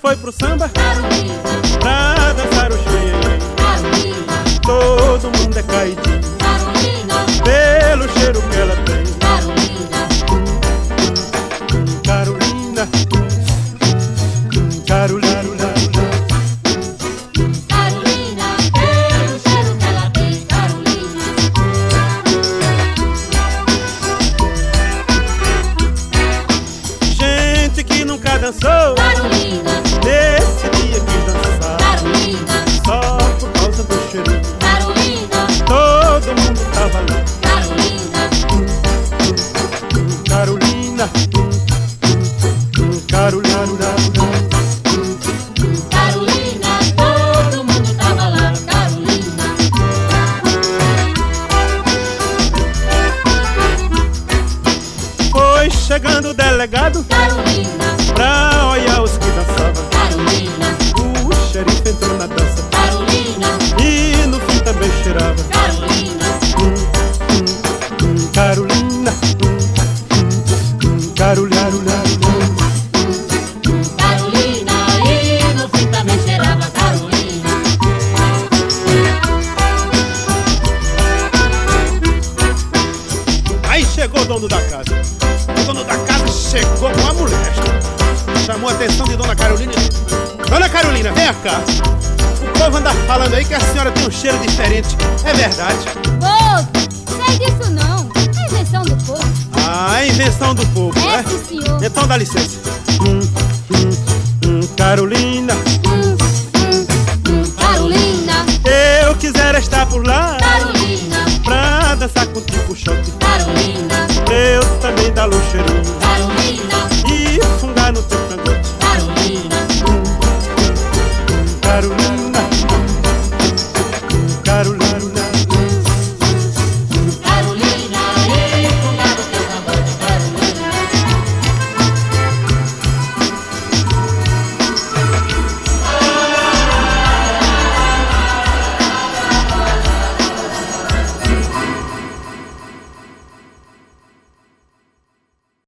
foi pro samba pra dançar o cheiro. Todo mundo é caidinho pelo cheiro que ela tem. Carolina, Carolina, Carolina. Gente que nunca dançou, nesse dia quis dançar. Só por causa do cheiro, todo mundo tá tava lá. Carolina, Carolina, Carolina. Carolina, todo mundo tava lá, Carolina. Foi chegando o delegado Carolina, pra olhar os que dançavam. Carolina, O xerife entrou na dança Carolina, e no fim também cheirava. Carolina, Carolina, Carolina, Carolina, e no fim também cheirava Carolina. Aí chegou o dono da casa. O dono da casa chegou com a mulher. Chamou a atenção de Dona Carolina. Dona Carolina, vem cá. O povo anda falando aí que a senhora tem um cheiro diferente. É verdade. Povo, sei disso não. É invenção do povo. Ah, invenção do povo, É, né? sim, senhor. Então dá licença. Hum, Carolina, Hum, hum, hum. Carolina, eu quisera estar por lá Carolina, pra dançar contigo, choque. Carolina, Eu também dá luxo. Carolina. eh.